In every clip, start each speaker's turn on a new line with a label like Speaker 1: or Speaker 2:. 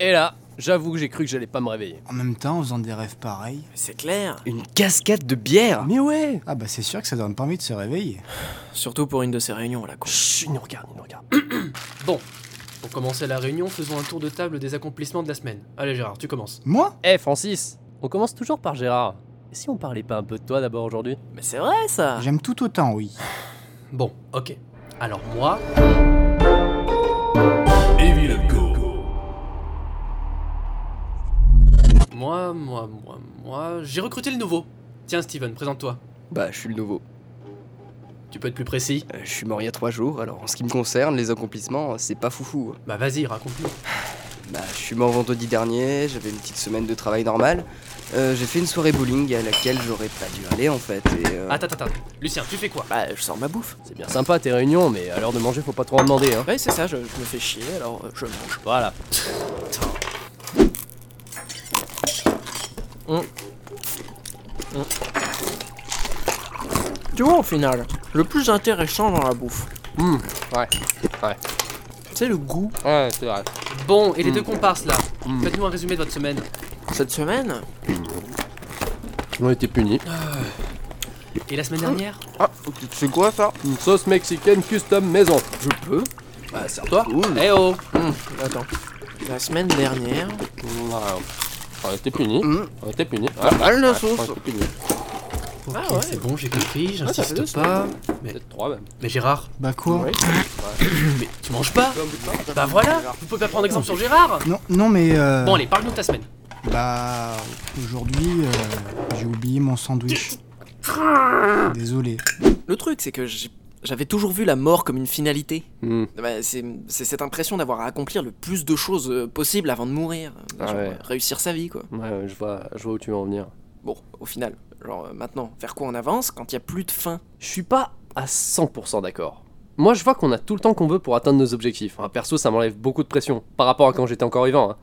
Speaker 1: Et là, j'avoue que j'ai cru que j'allais pas me réveiller.
Speaker 2: En même temps, en faisant des rêves pareils.
Speaker 3: C'est clair.
Speaker 4: Une cascade de bière
Speaker 1: Mais
Speaker 5: Eh.
Speaker 1: ouais
Speaker 2: Ah bah c'est sûr que ça donne pas envie de se réveiller.
Speaker 3: Surtout pour une de ces réunions à la con.
Speaker 1: Chut, il nous regarde, il nous regarde.
Speaker 5: Bon, pour commencer la réunion, faisons un tour de table des accomplissements de la semaine. Allez Gérard, tu commences.
Speaker 2: Moi
Speaker 1: Eh Francis, on commence toujours par Gérard. Et si on parlait pas un peu de toi d'abord aujourd'hui
Speaker 3: Mais c'est vrai
Speaker 5: Ah.
Speaker 3: ça.
Speaker 2: J'aime tout autant, oui.
Speaker 5: Bon, ok. Alors moi,
Speaker 6: Evie le Go.
Speaker 5: moi, moi, moi, moi, j'ai recruté le nouveau. Tiens Steven, présente-toi.
Speaker 4: Bah, je suis le nouveau.
Speaker 5: Tu peux être plus précis
Speaker 4: Euh, je suis mort il y a trois jours, alors en ce qui me concerne, les accomplissements, euh, c'est pas foufou. hein.
Speaker 5: Bah vas-y, raconte-nous.
Speaker 4: Bah, je suis mort vendredi dernier, j'avais une petite semaine de travail normale. Euh, j'ai fait une soirée bowling à laquelle j'aurais pas dû aller en fait. Et, euh,
Speaker 5: Attends, attends, attends. Lucien, tu fais quoi
Speaker 3: Bah, je sors ma bouffe.
Speaker 1: C'est bien sympa tes réunions, mais à l'heure de manger, faut pas trop en demander, hein.
Speaker 3: Ouais, c'est ça, je, je me fais chier, alors euh, je mange.
Speaker 1: Voilà.
Speaker 3: Tu vois, au final, le plus intéressant dans la bouffe,
Speaker 1: Hum, ouais,
Speaker 3: c'est le goût.
Speaker 1: ouais, c'est vrai.
Speaker 5: Bon, et les deux
Speaker 1: Mm.
Speaker 5: comparses là
Speaker 1: Mm.
Speaker 5: Faites-nous un résumé de votre semaine.
Speaker 3: Cette semaine,
Speaker 1: On été punis.
Speaker 5: Et la semaine dernière
Speaker 4: Ah, c'est quoi ça
Speaker 1: Une sauce mexicaine custom maison.
Speaker 4: Je peux
Speaker 1: Bah, sers-toi.
Speaker 4: Cool.
Speaker 5: Eh oh
Speaker 3: attends, la semaine dernière,
Speaker 1: Ouais. On était punis.
Speaker 4: Mmh,
Speaker 1: On était punis.
Speaker 4: pas mal la
Speaker 1: On
Speaker 4: sauce
Speaker 1: était punis.
Speaker 3: Ah
Speaker 5: Ok,
Speaker 3: ouais.
Speaker 5: c'est bon, j'ai compris,
Speaker 1: Ah, ça fait
Speaker 5: j'insiste
Speaker 1: deux
Speaker 5: pas.
Speaker 1: Peut-être trois même.
Speaker 5: Mais Gérard,
Speaker 2: Bah quoi
Speaker 4: Ouais.
Speaker 5: mais tu manges pas Bah voilà Vous pouvez pas prendre exemple sur Gérard
Speaker 2: Non, non mais euh,
Speaker 5: Bon allez, parle-nous de ta semaine.
Speaker 2: Bah aujourd'hui, euh, j'ai oublié mon sandwich. Désolé.
Speaker 3: le truc, c'est que j'ai- j'avais toujours vu la mort comme une finalité.
Speaker 1: Hmm.
Speaker 3: Bah, c'est c'est cette impression d'avoir à accomplir le plus de choses euh, possibles avant de mourir.
Speaker 1: Ah
Speaker 3: Genre,
Speaker 1: ouais.
Speaker 3: euh, Réussir sa vie, quoi.
Speaker 1: Ouais, ouais, je vois, je vois où tu veux en venir.
Speaker 3: Bon, au final, genre euh, maintenant, vers quoi on avance quand il y a plus de faim
Speaker 1: Je suis pas à 100% d'accord. Moi, je vois qu'on a tout le temps qu'on veut pour atteindre nos objectifs. Un Perso, ça m'enlève beaucoup de pression par rapport à quand j'étais encore vivant. hein.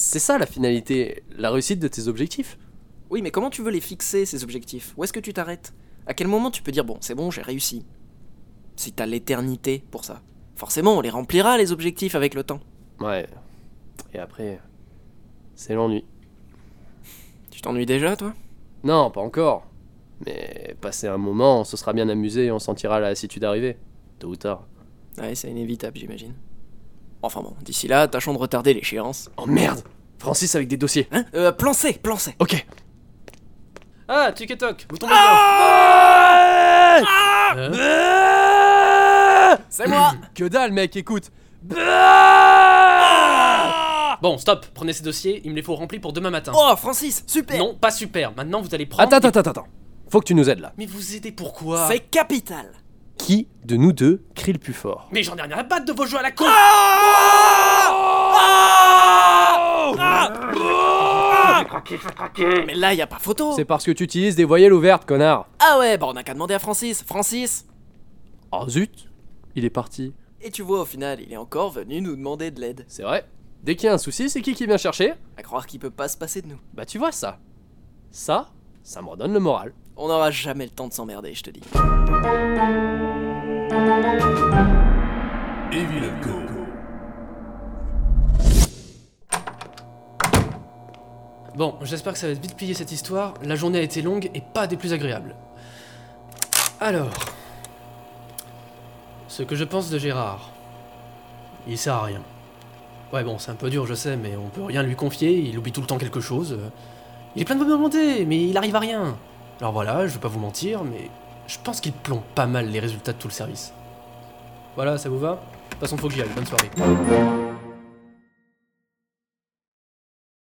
Speaker 1: C'est ça la finalité, la réussite de tes objectifs.
Speaker 3: Oui, mais comment tu veux les fixer, ces objectifs Où est-ce que tu t'arrêtes À quel moment tu peux dire, bon, c'est bon, j'ai réussi Si t'as l'éternité pour ça. Forcément, on les remplira, les objectifs, avec le temps.
Speaker 1: Ouais. Et après, c'est l'ennui.
Speaker 3: Tu t'ennuies déjà, toi
Speaker 1: Non, pas encore. Mais passer un moment, on se sera bien amusé et on sentira la lassitude arriver. Tôt ou tard.
Speaker 3: Ouais, c'est inévitable, j'imagine. Enfin bon, d'ici là, tâchons de retarder l'échéance.
Speaker 1: Oh merde Francis avec des dossiers.
Speaker 3: Hein euh, Plan C, plan C
Speaker 1: Ok.
Speaker 5: Ah, tic et toc, vous tombez dedans Euh,
Speaker 3: C'est moi
Speaker 1: Que dalle, mec, écoute.
Speaker 5: Bon, stop, prenez ces dossiers, il me les faut remplis pour demain matin.
Speaker 3: Oh, Francis, super
Speaker 5: Non, pas super, maintenant vous allez prendre...
Speaker 1: Attends, attends, attends, attends. Faut que tu nous aides là.
Speaker 5: Mais vous aidez pourquoi
Speaker 3: C'est capital
Speaker 1: Qui de nous deux crie le plus fort
Speaker 5: Mais j'en ai rien à battre de vos jeux à la con
Speaker 3: Mais là, y a pas photo
Speaker 1: C'est parce que tu utilises des voyelles ouvertes, connard.
Speaker 3: Ah ouais, bah on a qu'à demander à Francis Francis
Speaker 1: Oh zut Il est parti.
Speaker 3: Et tu vois, au final, il est encore venu nous demander de l'aide.
Speaker 1: C'est vrai. Dès qu'il y a un souci, c'est qui qui vient chercher
Speaker 3: À croire qu'il peut pas se passer de nous.
Speaker 1: Bah tu vois ça. Ça, ça me redonne le moral.
Speaker 3: On n'aura jamais le temps de s'emmerder, je te dis.
Speaker 6: Evie le Go.
Speaker 5: Bon, j'espère que ça va être vite plié cette histoire. La journée a été longue et pas des plus agréables. Alors. Ce que je pense de Gérard. Il sert à rien. Ouais, bon, c'est un peu dur, je sais, mais on peut rien lui confier, il oublie tout le temps quelque chose. Euh, Il est plein de bonne volonté, mais il arrive à rien. Alors voilà, je veux pas vous mentir, mais je pense qu'il plombe pas mal les résultats de tout le service. Voilà, ça vous va De toute façon, faut que j'y aille, bonne soirée.